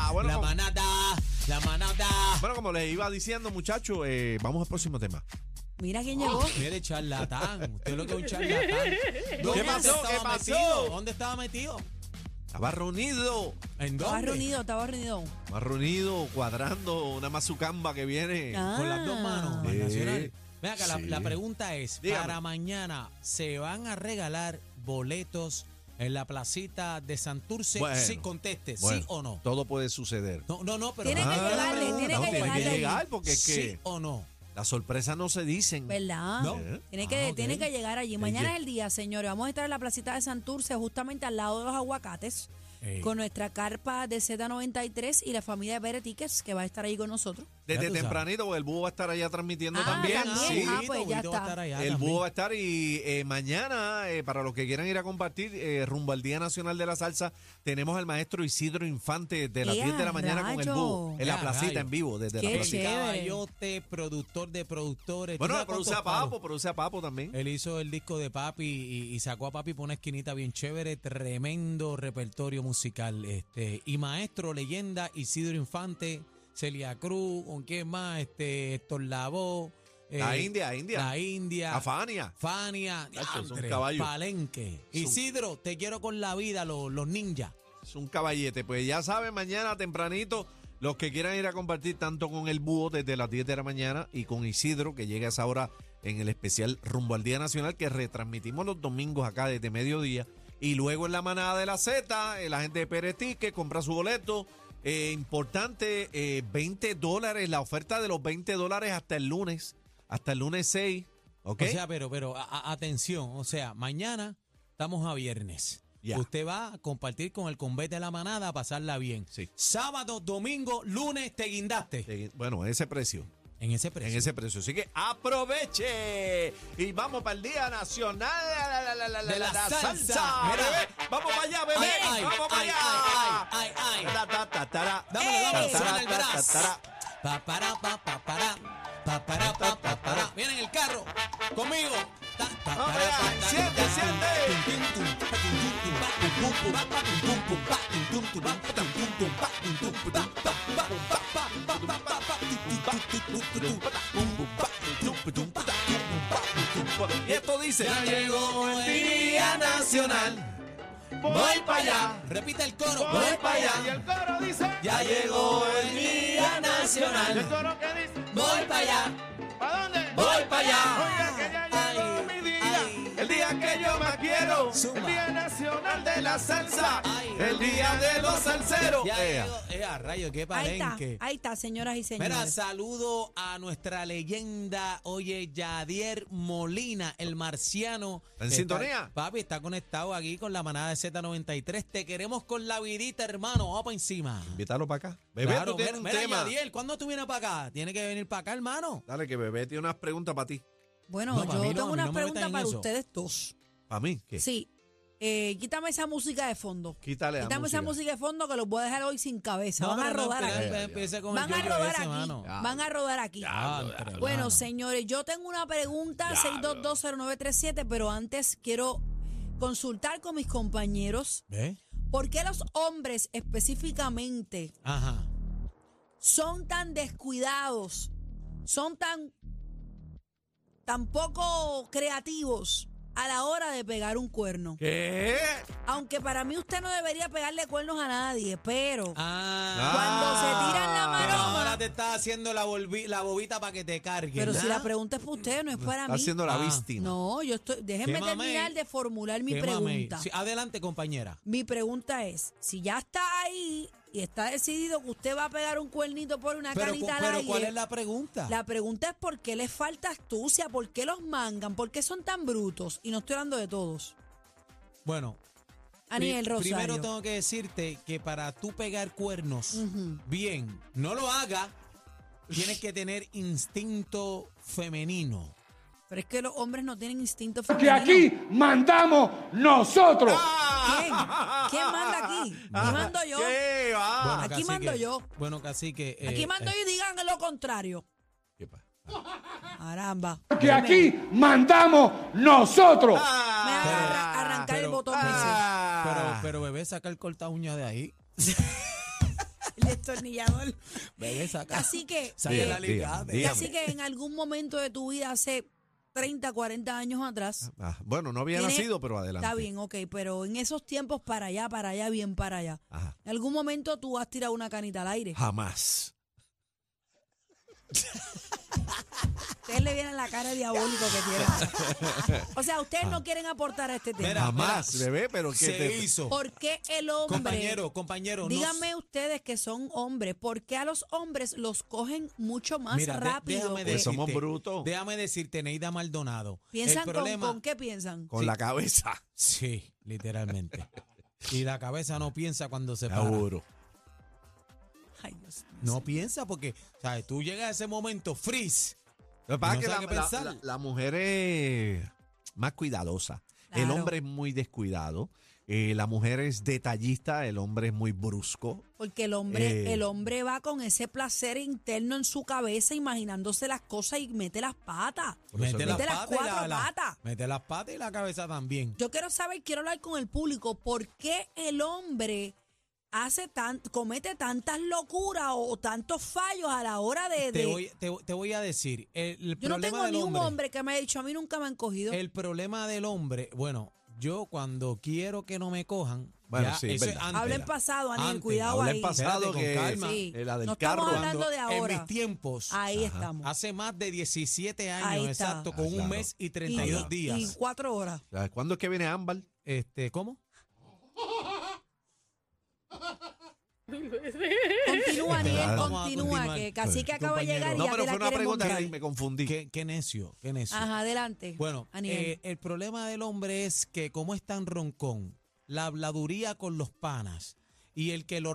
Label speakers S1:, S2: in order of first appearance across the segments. S1: Ah, bueno,
S2: la
S1: como-
S2: manada, la manada.
S1: Bueno, como les iba diciendo, muchachos, eh, vamos al próximo tema.
S3: Mira quién llegó.
S2: Mire, charlatán. Usted lo que es un charlatán. ¿Dónde
S1: pasó?
S2: estaba
S1: ¿Qué pasó?
S2: metido? ¿Dónde estaba metido?
S1: Estaba reunido,
S2: ¿En
S3: Estaba
S2: dónde?
S3: reunido, estaba reunido.
S1: más reunido, cuadrando una mazucamba que viene.
S3: Ah.
S2: Con las dos manos. al
S1: Eh,
S2: Nacional. Ven acá, la,
S1: sí.
S2: la pregunta es,
S1: Dígame.
S2: para mañana, ¿se van a regalar boletos en la placita de Santurce?
S1: Bueno.
S2: sí, conteste,
S1: Bueno,
S2: sí o no.
S1: Todo puede suceder.
S2: No, no, no, pero...
S3: Tiene que
S2: Pero la
S3: llegarle,
S2: pregunta,
S3: tiene que
S2: ¿no?
S1: no,
S3: llegarle ahí.
S1: llegar porque es
S2: Sí
S1: que
S2: o no.
S1: las sorpresas no se dicen.
S3: ¿Verdad?
S2: No.
S3: Tiene, que,
S2: Ah, ok.
S3: tiene que llegar allí. Mañana es el día, señores. Vamos a estar en la placita de Santurce, justamente al lado de los aguacates,
S2: Ey.
S3: con nuestra carpa de Z93 y la familia de Pérez Tickets, que va a estar ahí con nosotros.
S2: Ya
S1: Desde
S2: tú sabes.
S1: tempranito, porque el búho va a estar allá transmitiendo
S3: Ah,
S1: también.
S3: también,
S1: sí.
S3: ah, pues ya
S2: Guido va a
S3: está.
S2: estar allá
S1: el
S2: también.
S1: búho va a estar y eh, mañana, eh, para los que quieran ir a compartir, eh, rumbo al Día Nacional de la Salsa, tenemos al maestro Isidro Infante de las
S3: ¡Ea,
S1: 10 de la mañana con el búho, en
S2: ¡Ea,
S1: la placita
S2: rayo!
S1: en vivo, desde la
S3: ¡Qué
S1: placita.
S2: Papi
S3: chévere!
S2: Caballote, productor de productores. ¿Tú
S1: Bueno,
S2: sabes
S1: produce a
S2: cuántos palos?
S1: Papo, produce a Papo también.
S2: Él hizo el disco de Papi y, y sacó a Papi por una esquinita bien chévere, tremendo repertorio musical. Este, y maestro, leyenda, Isidro Infante, Celia Cruz, ¿con quién más? Este, Héctor Lavoe. eh,
S1: La India, la India.
S2: La India.
S1: Afania.
S2: Fania.
S1: Tacho, son
S2: diantre,
S1: caballos.
S2: Palenque. Isidro, te quiero con la vida, lo- los ninjas.
S1: Es un caballete. Pues ya saben, mañana tempranito, los que quieran ir a compartir tanto con el búho desde las 10 de la mañana y con Isidro, que llega a esa hora en el especial Rumbo al Día Nacional, que retransmitimos los domingos acá desde mediodía. Y luego en la manada de la Z, eh, la gente de Pérez que compra su boleto. Eh, importante, eh, 20 dólares, la oferta de los 20 dólares hasta el lunes, hasta el lunes 6. ¿Ok?
S2: O sea, pero, pero a- a- atención, o sea, mañana estamos a viernes.
S1: Ya.
S2: Usted va a compartir con el convete de la manada a pasarla bien.
S1: Sí.
S2: Sábado, domingo, lunes te guindaste.
S1: Eh, bueno, ese precio.
S2: En ese precio.
S1: en ese precio. Así que aproveche y vamos para el Día Nacional la, la, la, la, la,
S2: De la
S1: la
S2: salsa. Mira.
S1: bebé. Vamos para allá, bebé.
S2: Ay, ay,
S1: vamos para
S2: ay,
S1: allá.
S2: ay, ay, ay, ay.
S1: Ta, ta, ta, tara.
S2: Dámelo, dámelo,
S1: Ta, tara,
S2: suena el brazo.
S1: ta, tara.
S2: Pa, para, pa, pa, para. Pa, para, pa, pa, para. Viene en el carro. Conmigo. Ta, ta, para,
S1: Vamos allá.
S2: pa, ta,
S1: Siente,
S2: ta.
S1: siente.
S2: Tum, tum, tum, pa, tum, tum, tum, pa, tum, tum, tum, pa, tum, tum, tum, pa, tum, tum, tum, pa, tum, tum, tum, pa, tum, tum, tum, pa, pa, pa, pa, pa, pa, pa, pa, pa, tum, tum, tum, tum, tum, tum, pa, tum, tum, pa, tum, tum, tum, pa, tum, tum, pa, tum, tum, pa.
S1: Y esto dice.
S2: Ya llegó el Día Nacional.
S1: Voy para allá.
S2: Repita el coro.
S1: Voy para
S2: Y
S1: allá.
S2: el coro dice. Ya llegó el Día Nacional.
S4: El coro que dice,
S2: Voy para allá.
S4: ¿para dónde?
S2: Voy para allá.
S4: Oiga, que ya llegó
S2: Ay,
S4: mi día,
S2: ay.
S4: el día que yo más quiero,
S2: Zumba.
S4: el día nacional de la salsa,
S2: Ay.
S4: el día de los salseros.
S2: Ya
S1: Ea.
S2: llegó. Ea, rayo, qué
S3: Ahí está,
S2: palenque.
S3: ahí está, señoras y señores.
S2: Mira, saludo a nuestra leyenda, oye, Yadier Molina, el marciano.
S1: ¿En
S2: Está-
S1: sintonía?
S2: Papi, está conectado aquí con la manada de Z93. Te queremos con la vidita, hermano. Vamos para encima.
S1: Invítalo para acá. Bebé,
S2: Claro,
S1: tú tienes
S2: mira,
S1: un
S2: mira,
S1: tema.
S2: Yadier, ¿cuándo tú vienes para acá? Tiene que venir para acá, hermano.
S1: Dale, que bebé tiene unas preguntas para ti.
S3: Bueno,
S2: No, para
S3: yo
S2: mí no, a
S3: tengo
S2: mí
S3: una
S2: no me metan
S3: pregunta
S2: en
S3: para
S2: eso.
S3: ustedes dos.
S1: ¿Para mí? ¿Qué?
S3: Sí. Eh, quítame esa música de fondo.
S1: Quítale la
S3: Quítame esa
S1: música.
S3: música de fondo que los voy a dejar hoy sin cabeza.
S2: No,
S3: van a
S2: pero no,
S3: rodar
S2: espera,
S3: aquí.
S2: espera, empieza con el
S3: Van a
S2: yoyo
S3: rodar
S2: ese,
S3: aquí.
S2: mano.
S3: Van a rodar aquí.
S2: Ah, entre,
S3: Bueno,
S2: hermano.
S3: señores, yo tengo una pregunta, 6220937, pero antes quiero consultar con mis compañeros
S2: ¿Ve?
S3: por qué los hombres específicamente
S2: Ajá.
S3: son tan descuidados, son tan, tan poco creativos a la hora de pegar un cuerno.
S1: ¿Qué?
S3: Aunque para mí usted no debería pegarle cuernos a nadie, pero
S2: Ah.
S3: cuando se tiran la
S2: Pero
S3: maroma...
S2: ahora te estás haciendo la, volvi- la bobita para que te ¿ah? cargue.
S3: Pero si la
S2: pregunta
S3: pregunta es para usted, no es para
S1: Está
S3: mí.
S1: haciendo la
S2: Ah.
S1: víctima.
S3: No, yo estoy. Déjenme
S2: Qué mamey.
S3: terminar de formular mi pregunta.
S2: adelante, compañera.
S3: Mi pregunta es: si ya está ahí y está decidido que usted va a pegar un cuernito por una
S2: Pero, cu-
S3: canita al
S2: pero
S3: aire,
S2: ¿cuál es la pregunta?
S3: la pregunta es: ¿por qué les falta astucia? ¿Por qué los mangan? ¿Por qué son tan brutos? Y no estoy hablando de todos.
S2: bueno,
S3: Aniel
S2: pri-
S3: Rosario.
S2: primero tengo que decirte que para tú pegar cuernos,
S3: Ujú.
S2: bien, no lo haga, tienes que tener instinto femenino.
S3: Pero es que los hombres no tienen instinto
S5: que
S3: femenino.
S5: aquí mandamos nosotros.
S1: Ah,
S3: ¿Quién? ¿Quién manda aquí? ¿Quién
S2: Ah,
S3: mando yo?
S1: ¿Qué va?
S3: Ah, Aquí mando yo.
S2: Bueno, cacique. eh,
S3: Aquí mando yo y digan lo contrario.
S1: ¿Qué pasa?
S3: Caramba.
S5: Que aquí mandamos nosotros.
S3: Me haga
S2: Pero-
S3: arran- arrancar el
S2: pero-
S3: botón.
S2: ah,
S3: ese.
S2: Pero, pero bebé, saca el corta uña de ahí.
S3: el destornillador.
S2: Bebé, saca.
S3: Así que, eh,
S2: Saque
S1: Diga,
S2: la alicate.
S1: diga,
S3: así que en algún momento de tu vida, hace 30, 40 años atrás,
S1: Ah, bueno, no había
S3: Tiene-
S1: nacido, pero adelante.
S3: está bien, ok, pero en esos tiempos para allá, para allá, bien para allá.
S1: Ajá.
S3: En algún momento tú has tirado una canita al aire.
S1: Jamás.
S3: Ustedes le vienen la cara de diabólico que tienen. O sea, ustedes no quieren aportar a este tema.
S2: Ah. Mira,
S1: Jamás,
S2: mira,
S1: bebé, pero que
S2: Se
S1: te-
S2: hizo.
S3: ¿Por qué el hombre?
S2: Compañero, compañero. no-
S3: Díganme ustedes que son hombres, ¿por qué a los hombres los cogen mucho más
S2: Mira, de- este,
S3: rápido?
S2: déjame
S3: que-
S1: Porque somos
S2: decirte,
S1: brutos.
S2: Déjame decirte, Neida Maldonado.
S3: ¿Piensan
S2: el
S3: con-
S2: problema,
S3: con, qué piensan?
S1: Con
S2: Sí.
S1: la cabeza.
S2: Sí, literalmente. y la cabeza no piensa cuando se para.
S1: Seguro.
S3: Ay, Dios mío.
S2: No piensa porque, ¿sabes? Tú llegas a ese momento, freeze.
S1: Lo que pasa
S2: No
S1: es que
S2: sabe
S1: la,
S2: qué
S1: la-
S2: pensar.
S1: la- la mujer es más cuidadosa. El
S3: Claro.
S1: hombre es muy descuidado. Eh, la mujer es detallista. El hombre es muy brusco.
S3: Porque el hombre,
S1: Eh.
S3: el hombre va con ese placer interno en su cabeza, imaginándose las cosas y mete las patas.
S1: Por eso
S2: Mete
S1: es
S2: las
S1: que-
S3: Mete las
S2: patas y la-
S3: cuatro
S2: la-
S3: patas.
S2: Mete las patas y la cabeza también.
S3: Yo quiero saber, quiero hablar con el público, ¿por qué el hombre hace tan, comete tantas locuras o, tantos fallos a la hora de...
S2: Te
S3: de-
S2: voy, te, te voy a decir, el, el
S3: yo no
S2: problema
S3: tengo
S2: del
S3: ni un
S2: hombre,
S3: hombre que me haya dicho, a mí nunca me han cogido.
S2: El problema del hombre, bueno, yo cuando quiero que no me cojan,
S1: Bueno,
S2: ya,
S1: sí,
S2: eso es
S1: verdad.
S2: antes.
S3: Habla en
S1: Antela.
S3: pasado, Aniel,
S2: Antes,
S3: cuidado
S1: habla en
S3: ahí.
S1: pasado. pasado
S2: Espérate,
S1: que-
S2: con calma.
S3: Sí.
S1: Eh, la del
S3: no
S1: carro.
S3: estamos hablando
S2: Cuando
S3: de
S2: En
S3: ahora.
S2: mis tiempos,
S3: Ahí estamos.
S2: hace más de 17
S3: Ahí
S2: años,
S3: está.
S2: exacto,
S1: Ah,
S2: con un
S1: claro.
S2: mes y
S3: Y-
S2: 32
S1: Ah,
S2: días.
S3: Y cuatro horas.
S1: O sea, ¿Cuándo es que viene Ámbar?
S2: Este, ¿Cómo?
S3: Continúa, Aniel,
S1: Vamos
S2: a
S3: continúa,
S2: continuar.
S3: que casi que acaba de llegar y
S1: No,
S3: ya
S1: pero
S3: te la
S1: fue una
S3: quiere
S1: pregunta
S3: montar.
S1: que me confundí.
S2: ¿Qué, qué necio, qué necio.
S3: Ajá, adelante.
S2: Bueno,
S3: Aniel.
S2: eh, el problema del hombre es que como es tan roncón, la habladuría con los panas y el que lo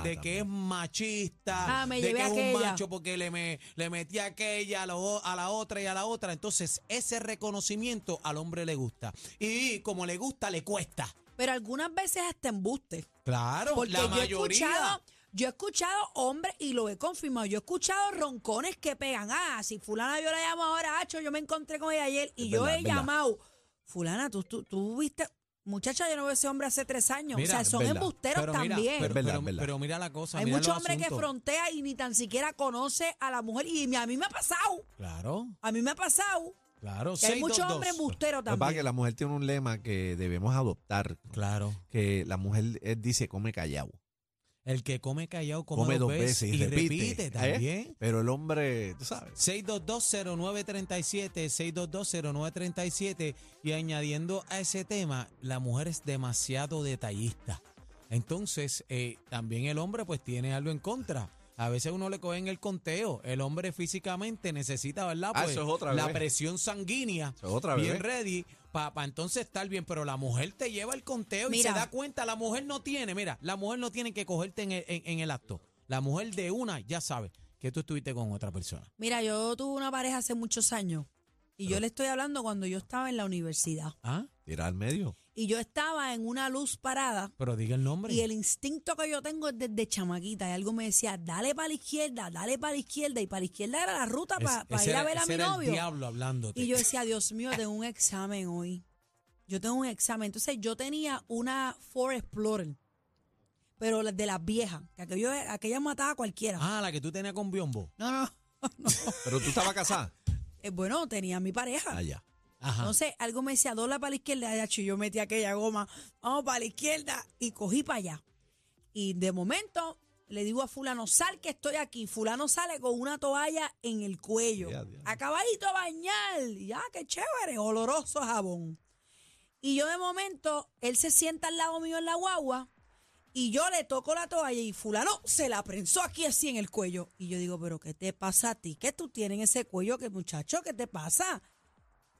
S1: Ah,
S2: de que
S1: también.
S2: es machista,
S3: Ah, me
S2: de
S3: llevé
S2: que es un
S3: aquella.
S2: macho porque le, me, le metí a aquella, a, lo- a la otra y a la otra. Entonces ese reconocimiento al hombre le gusta. Y como le gusta, le cuesta.
S3: pero algunas veces hasta embuste.
S2: Claro,
S3: Porque
S2: la
S3: yo he
S2: mayoría.
S3: escuchado, yo he escuchado hombres y lo he confirmado. Yo he escuchado roncones que pegan. Ah, si fulana yo la llamo ahora, Acho, yo me encontré con ella ayer y
S1: Es
S3: yo
S1: verdad,
S3: he
S1: es verdad.
S3: llamado. Fulana, tú, tú, tú viste, muchacha, yo no veo ese hombre hace tres años.
S2: Mira,
S3: o sea,
S2: es
S3: son
S1: verdad.
S3: embusteros
S2: mira,
S3: también.
S2: pero,
S1: Es verdad,
S2: pero-
S1: es verdad.
S2: pero mira la cosa.
S3: Hay
S2: mira
S3: muchos
S2: los
S3: hombres que
S2: asuntos.
S3: frontea y ni tan siquiera conoce a la mujer. Y a mí me ha pasado.
S2: Claro,
S3: A mí me ha pasado.
S2: claro.
S3: Que hay muchos
S2: 622.
S3: hombres embusteros
S1: Lo que pasa es
S3: también.
S1: que la mujer tiene un lema que debemos adoptar.
S2: Claro.
S1: Que la mujer eh, dice come callado.
S2: El que come callado come,
S1: Come, dos veces y, repite. ¿eh?
S2: también.
S1: Pero el hombre, tú sabes.
S2: 6220937, 6220937 y añadiendo a ese tema, la mujer es demasiado detallista. Entonces, eh, también el hombre pues tiene algo en contra. A veces uno le coge en el conteo. El hombre físicamente necesita, ¿verdad? Pues,
S1: Ah, eso es otra
S2: la
S1: bebé.
S2: presión sanguínea.
S1: Eso es otra
S2: bien
S1: bebé.
S2: ready para entonces estar bien. Pero la mujer te lleva el conteo y
S3: Mira.
S2: se da cuenta. La mujer no tiene, mira, la mujer no tiene que cogerte en el, en- en el acto. La mujer de una ya sabe que tú estuviste con otra persona.
S3: Mira, yo tuve una pareja hace muchos años. Y yo le estoy hablando cuando yo estaba en la universidad.
S2: ¿Ah?
S1: Tirar al medio.
S3: Y yo estaba en una luz parada.
S2: Pero diga el nombre.
S3: Y el instinto que yo tengo es desde chamaquita. Y algo me decía, dale para la izquierda, dale para la izquierda. Y para la izquierda era la ruta
S2: Es-
S3: para
S2: ese
S3: ir a
S2: era-
S3: ver a
S2: ese
S3: mi
S2: era El
S3: novio.
S2: diablo hablándote.
S3: Y yo decía, Dios mío, tengo un examen hoy. Yo tengo un examen. Entonces yo tenía una Ford Explorer, pero la- de las viejas, que aquello- aquella mataba a cualquiera.
S2: ah, la que tú tenías con biombo.
S3: No, no, no.
S1: Pero tú estabas casada.
S3: Eh, bueno, tenía a mi
S2: Ah,
S3: pareja.
S1: Allá.
S2: Ajá.
S3: Entonces algo me decía, dobla para la izquierda. Y acho, yo metí aquella goma, vamos para la izquierda y cogí para allá. Y de momento le digo a fulano, sal que estoy aquí. Fulano sale con una toalla en el cuello.
S1: Ya, diablo.
S3: Acabadito a bañar. Y, Ya, qué chévere, oloroso a jabón. Y yo de momento, él se sienta al lado mío en la guagua y yo le toco la toalla y fulano se la prensó aquí así en el cuello. Y yo digo, pero ¿qué te pasa a ti? ¿Qué tú tienes en ese cuello? ¿Qué muchacho? ¿Qué te pasa?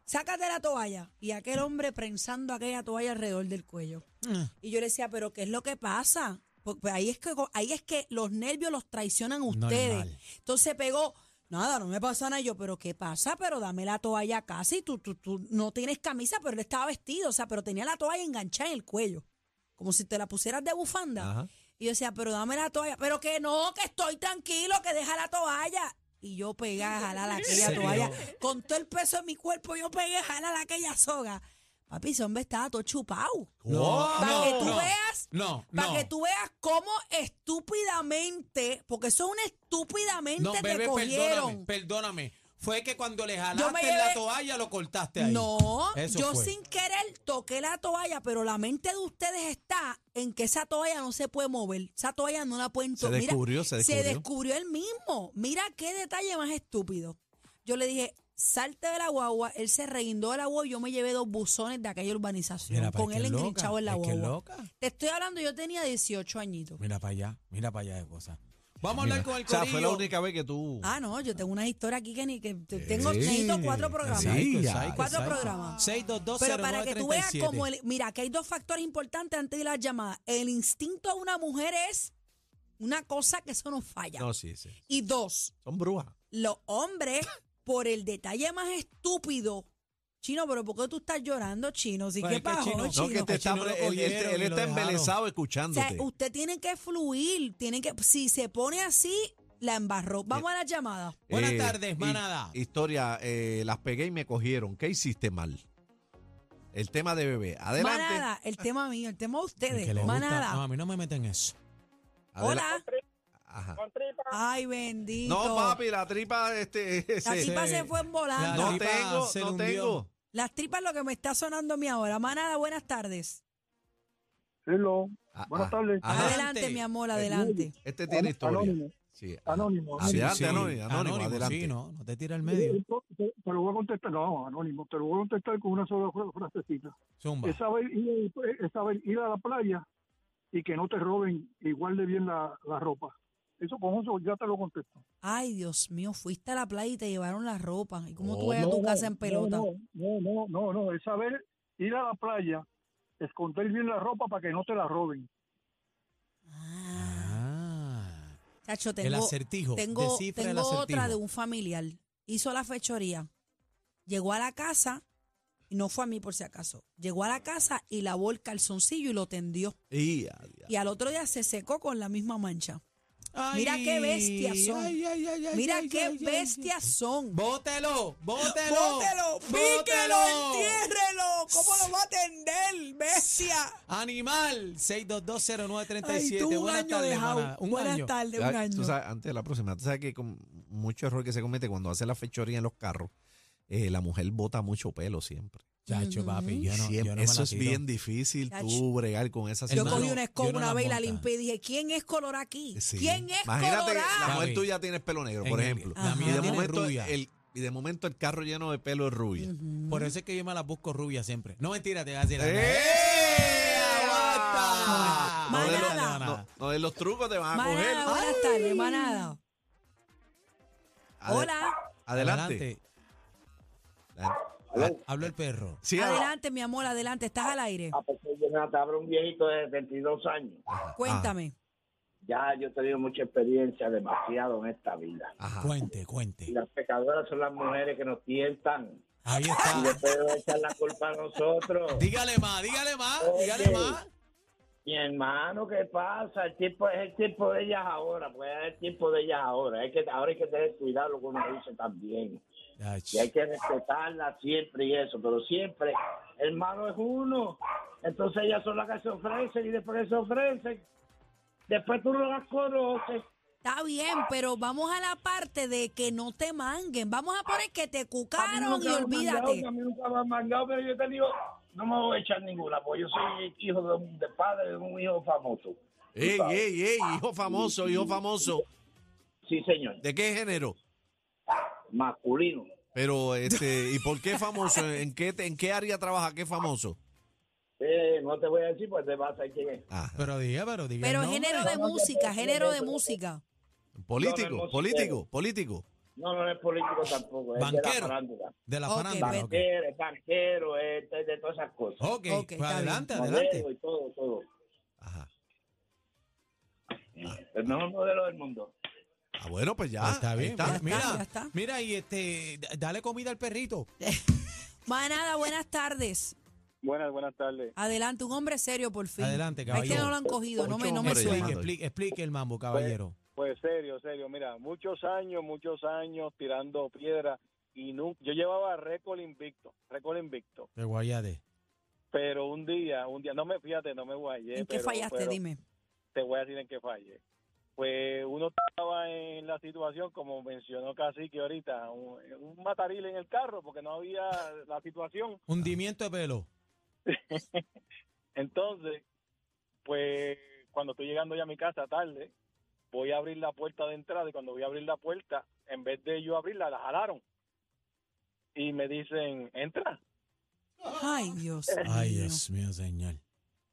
S3: Sácate la toalla. Y aquel hombre prensando aquella toalla alrededor del cuello.
S2: Mm.
S3: Y yo le decía, pero ¿qué es lo que pasa? Porque pues, ahí, es que, ahí es que los nervios los traicionan a ustedes.
S2: Normal.
S3: Entonces pegó, nada, no me pasa nada. Y yo, pero ¿qué pasa? Pero dame la toalla casi. Tú, tú, tú no tienes camisa, pero él estaba vestido. O sea, pero tenía la toalla enganchada en el cuello. Como si te la pusieras de bufanda.
S1: Ajá.
S3: Y yo decía, pero dame la toalla. Pero que no, que estoy tranquilo, que deja la toalla. Y yo pegué a jalar
S2: ¿En
S3: aquella
S2: serio?
S3: toalla. Con todo el peso de mi cuerpo, yo pegué a jalar aquella soga. Papi, ese hombre estaba todo chupado.
S1: Wow.
S3: Para que tú
S2: no,
S3: veas,
S2: no,
S3: para
S2: no.
S3: que tú veas cómo estúpidamente, porque eso es una estúpidamente
S2: No,
S3: te
S2: bebé, perdóname,
S3: cogieron.
S2: perdóname. Fue que cuando le
S3: Yo
S2: jalaste
S3: me
S2: la
S3: llevé-
S2: toalla lo cortaste ahí.
S3: No,
S2: Eso
S3: yo
S2: fue.
S3: sin querer toqué la toalla, pero la mente de ustedes está en que esa toalla no se puede mover. Esa toalla no la pueden
S1: Se
S3: to- Mira,
S1: descubrió, se descubrió.
S3: él mismo. Mira qué detalle más estúpido. Yo le dije, salte de la guagua, él se reguindó de la guagua y yo me llevé dos buzones de aquella urbanización
S2: Mira, pa, es
S3: con
S2: que
S3: él
S2: es loca,
S3: engrinchado en la
S2: es que es
S3: guagua.
S2: loca.
S3: Te estoy hablando, yo tenía 18 añitos.
S2: Mira para allá, mira para allá de cosas. Vamos a
S1: Mira.
S2: hablar con el
S1: O sea, fue la
S2: corillo.
S1: única vez que tú.
S3: Ah, no, yo tengo una historia aquí que ni que te- tengo necesito cuatro programas.
S1: Eh, Sí, ya.
S3: Cuatro programas. Pero para que tú veas como el, mira, que hay dos factores importantes antes de las llamadas. El instinto de una mujer es una cosa que eso no falla.
S1: No, sí, sí.
S3: Y dos,
S1: Son brujas.
S3: los hombres, por el detalle más estúpido, chino, pero ¿por qué tú estás llorando, chino? ¿Sí
S2: Pues
S3: qué
S2: es que
S3: pasó,
S2: Chino- no,
S3: chino?
S1: No, que
S2: Chino,
S1: te está,
S2: cochino, lo
S1: él, él-
S2: cogieron
S1: él
S2: y lo
S1: está
S2: dejaron.
S1: embelesado
S3: O sea,
S1: escuchándote.
S3: usted tiene que fluir, tiene que, si se pone así, la embarró. Vamos a las llamadas.
S2: Buenas tardes,
S1: hi-
S2: manada.
S1: Eh, historia, eh, las pegué y me cogieron. ¿Qué hiciste mal? El tema de bebé. Adelante.
S3: Manada, el tema mío, el tema de
S2: Que
S3: ustedes.
S2: le gusta-
S3: Manada.
S2: No, a mí no me meten eso.
S1: Ah, Adela-
S3: Hola.
S1: Ajá.
S3: Ay, bendito.
S1: No, papi, la tripa, este,
S3: La
S1: ese-
S3: tipa se fue
S2: La
S3: volando.
S1: no
S2: tripa
S1: tengo,
S2: se le
S1: no
S2: hundió.
S1: tengo.
S3: Las tripas lo que me está sonando a mí ahora. Manada, buenas tardes.
S6: Hello.
S1: Ah,
S6: Buenas
S1: ah,
S6: tardes.
S1: ajá.
S3: Adelante, mi amor, adelante.
S1: Este tiene historia.
S6: Anónimo. Eh,
S1: Sí, ajá.
S6: Anónimo.
S1: Ah, sí,
S6: anónimo.
S1: adelante, anónimo, anónimo, adelante.
S2: sí, no, no te tira al medio.
S6: Te eh, te lo voy a contestar, no, anónimo, te lo voy a contestar con una sola fra- frasecita.
S2: Zumba.
S6: Es saber ir, es saber ir a la playa y que no te roben y guarde bien la, la ropa. Eso con eso ya te lo contesto.
S3: Ay, Dios mío, fuiste a la playa y te llevaron la ropa. ¿Y cómo
S1: Oh,
S3: tú vas a tu casa en pelota?
S6: No, no, no, no, no, es saber ir a la playa, esconder bien la ropa para que no te la roben.
S3: Ah,
S2: Ah.
S3: chacho,
S2: El
S3: tengo,
S2: acertijo.
S3: tengo,
S2: descifra el
S3: tengo otra
S2: acertijo.
S3: de un familiar. Hizo la fechoría. Llegó a la casa, y no fue a mí por si acaso. Llegó a la casa y lavó el calzoncillo y lo tendió.
S1: Y, ah, ya.
S3: Y al otro día se secó con la misma mancha.
S2: Ay,
S3: Mira qué bestias son.
S2: ay, ay, ay, ay,
S3: Mira
S2: ay,
S3: qué
S2: ay, ay,
S3: bestias son.
S2: Bótelo, bótelo.
S3: Bótelo, píquelo,
S2: bótelo.
S3: entiérrelo. ¿Cómo lo va a atender, bestia?
S2: Animal,
S3: Ay,
S2: 6220937.
S3: tú, un
S2: Buenas
S3: año
S2: tardes,
S3: dejado.
S2: manada. Un
S3: Buenas
S2: año.
S3: tardes, un
S1: Ah,
S3: año.
S1: Tú sabes, antes de la próxima, tú sabes que con mucho error que se comete cuando hace la fechoría en los carros, eh, la mujer bota mucho pelo siempre.
S2: Chacho, papi, yo no, yo
S1: Siempre.
S2: no me
S1: Eso
S2: la
S1: es
S2: tiro.
S1: bien difícil tú
S3: Chacho.
S1: bregar con esa
S3: yo
S2: hermano,
S3: cogí una escoba
S2: yo no
S3: una
S2: las
S3: vez y la
S2: monta.
S3: limpié y dije, ¿quién es color aquí?
S1: Sí.
S3: ¿Quién es
S1: Imagínate que
S3: colorá?
S1: la
S2: Papi.
S1: mujer tuya tiene pelo negro, por
S2: En el-
S1: ejemplo.
S2: la
S3: Ajá.
S1: y,
S2: mía
S1: de
S2: tiene
S1: momento
S2: rubia.
S1: El, y de momento el carro lleno de pelo es rubia.
S2: Por eso es que yo me la busco rubia siempre. No mentira, te voy a decir. la
S1: ¡Eh!
S2: ¡Aguanta!
S1: No, no de los-
S3: Manada.
S1: no, no de los trucos te van a coger.
S3: manada, buenas tardes, manada.
S1: Ade-
S3: Hola,
S1: Adelante. Ah,
S2: Adelante. Hablo el perro.
S1: Sí, ah. ad-
S3: adelante, mi amor, adelante, estás al aire.
S7: Ah, pues soy Jonathan, hablo un viejito de 72 años.
S3: Cuéntame.
S7: Ya yo he tenido mucha experiencia, demasiado en esta vida.
S1: Ajá.
S2: Cuente,
S7: Y
S2: cuente.
S7: las pecadoras son las mujeres que nos tientan.
S2: Ahí
S7: Y
S2: está.
S7: después nos echan la culpa a nosotros.
S2: Dígale más, dígale más, dígale
S7: Oye.
S2: más.
S7: Mi hermano, ¿qué pasa? El tiempo es el tiempo de ellas ahora, pues es el tiempo de ellas ahora. Hay que, ahora hay que tener cuidado lo que uno dice también. Y hay
S2: Chacho.
S7: que respetarla siempre y eso, pero siempre el malo es uno. Entonces ellas son las que se ofrecen y después que se ofrecen, después tú no las conoces.
S3: Está bien, pero vamos a la parte de que no te manguen. Vamos a poner que te cucaron y
S7: nunca me han
S3: olvídate.
S7: mangado, a mí nunca me han mangado, pero yo te digo, no me voy a echar ninguna, porque yo soy hijo de, un, de padre de un hijo famoso.
S1: Ey,
S7: sabes.
S1: ey, ey, hijo famoso, hijo famoso.
S7: Sí, señor,
S1: ¿De qué género?
S7: masculino.
S1: Pero, este, ¿y por qué famoso? ¿En qué, te- en qué área trabaja? ¿Qué famoso?
S7: Eh, no te voy a decir, pues te vas a saber quién es.
S1: Ajá.
S2: Pero diga, pero diga.
S3: Pero
S2: el nombre.
S3: género de
S7: no, no,
S3: música,
S7: no,
S3: género de
S7: no, no,
S3: música.
S1: Político,
S7: No, no, no,
S1: político, político.
S7: No, no es político tampoco, es de
S2: Banquero.
S7: la farándula.
S2: De la
S3: Ok,
S2: farándula.
S3: vete.
S2: ok.
S7: Banquero, es banquero, es de, de todas esas cosas.
S2: Ok,
S3: Ok,
S2: pues
S3: está
S2: adelante,
S7: Modelo
S2: adelante.
S7: y todo, todo.
S1: Ajá.
S7: El mejor modelo del mundo.
S1: Ah, bueno, pues ya.
S2: Ah, está
S1: ahí
S2: bien.
S1: está.
S2: mira, Mira,
S3: ya está.
S2: mira, y este, d- dale comida al perrito.
S3: Manada, buenas tardes.
S6: Buenas, buenas tardes.
S3: Adelante, un hombre serio por fin.
S2: Adelante,
S3: Es que
S2: caballero.
S3: no lo han cogido, no me, no me
S1: Hombre,
S3: suena.
S2: Explique,
S1: llamando.
S2: explique, explique el mambo, caballero.
S6: Pues serio, serio, mira, muchos años, muchos años tirando piedra y nu- yo llevaba récord invicto, récord invicto.
S2: De Guayade.
S8: Pero un día, un día, no me fíjate, no me guayé.
S3: ¿En qué
S8: pero-
S3: fallaste?
S8: pero
S3: Dime.
S8: Te voy a decir en qué fallé. Pues uno estaba en la situación, como mencionó Cacique ahorita, un, un mataril en el carro porque no había la situación.
S2: Hundimiento de pelo.
S8: Entonces, pues cuando estoy llegando ya a mi casa tarde, voy a abrir la puerta de entrada y cuando voy a abrir la puerta, en vez de yo abrirla, la jalaron. Y me dicen, entra.
S3: Ay, Dios.
S2: Ay,
S3: mío.
S2: Dios mío, señor.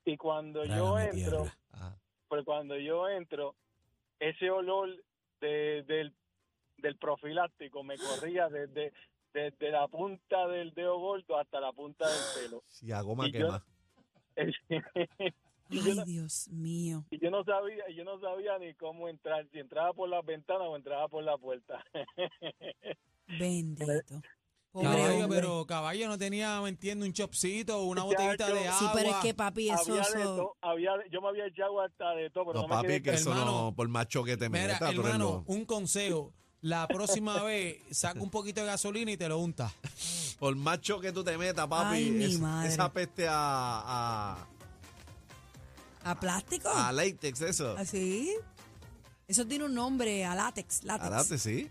S8: Y cuando yo
S2: Trágame
S8: entro,
S2: tierra.
S1: Ah,
S8: pues cuando yo entro, ese olor de- del, del profiláctico me corría desde, desde la punta del dedo gordo hasta la punta del pelo.
S1: si a goma
S8: Y yo-
S1: quema.
S8: y, yo
S3: Ay,
S8: no,
S3: Dios mío.
S8: y yo no sabía, yo no sabía ni cómo entrar, si entraba por las ventanas o entraba por la puerta.
S3: Bendito. Pobre
S2: Caballo,
S3: hombre.
S2: pero caballo no tenía, me entiendo, un chopcito, una botellita
S8: Chacho.
S2: de agua.
S3: Sí, pero es que, papi, eso...
S8: había de
S3: eso-
S8: to- había de- yo me había echado hasta de todo, pero
S1: No,
S8: no, me
S1: papi,
S8: quedé
S1: que eso no,
S2: Hermano,
S1: por macho que te
S2: Mira,
S1: meta, tú eres
S2: hermano,
S1: loco.
S2: un consejo. La próxima vez saca un poquito de gasolina y te lo untas.
S1: Por macho que tú te metas, papi,
S3: Ay, mi
S1: es-
S3: madre.
S1: esa peste a,
S3: ¿A plástico?
S1: a, a latex, eso.
S3: Ah. ¿Así? Eso tiene un nombre, a látex. látex.
S1: Arate, sí.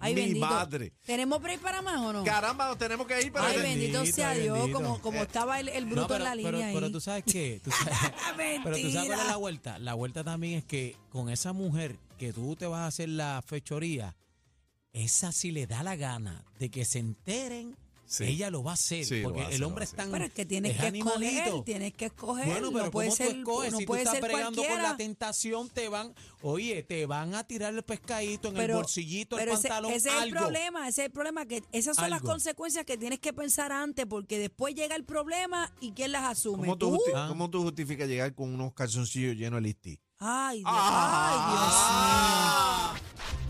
S3: Ay,
S1: mi
S3: bendito.
S1: madre.
S3: ¿Tenemos break para más o no?
S1: Caramba, nos tenemos que ir, pero
S3: Ay,
S1: te-
S3: bendito,
S2: Bendito,
S3: sea
S2: ay,
S3: Dios,
S2: bendito. Eh,
S3: como, como estaba el, el bruto
S2: No, pero,
S3: en la
S2: pero-
S3: línea
S2: pero
S3: ahí.
S2: tú sabes qué. Tú sabes- pero tú sabes cuál es
S3: Ah, Mentira.
S2: la vuelta. La vuelta también es que con esa mujer que tú te vas a hacer la fechoría, esa sí le da la gana de que se enteren,
S1: Sí.
S2: ella lo va a hacer.
S1: Sí, lo
S2: porque
S1: va a hacer,
S2: el
S1: lo
S2: hombre
S1: va a
S2: es
S1: hacer.
S2: tan.
S3: Pero es que tienes
S2: es
S3: que
S2: animalito.
S3: escoger, tienes que escoger.
S2: Bueno, pero
S3: no puede
S2: ¿cómo
S3: ser,
S2: tú escoges?
S3: no
S2: si tú
S3: puede
S2: estás
S3: ser
S2: bregando con
S3: cualquiera.
S2: la tentación, te van, oye, te van a tirar el pescadito en
S3: Pero-
S2: el bolsillito,
S3: pero
S2: el
S3: ese,
S2: pantalón,
S3: ese es el
S2: algo.
S3: problema, ese es el problema, que esas son las
S2: Algo.
S3: consecuencias que tienes que pensar antes, porque después llega el problema y ¿quién las asume?
S1: ¿Cómo tú, justi-
S2: Ah.
S1: cómo tú justificas llegar con unos calzoncillos llenos de listi?
S3: Ay, Dios,
S2: Ah.
S3: ay, Dios mío.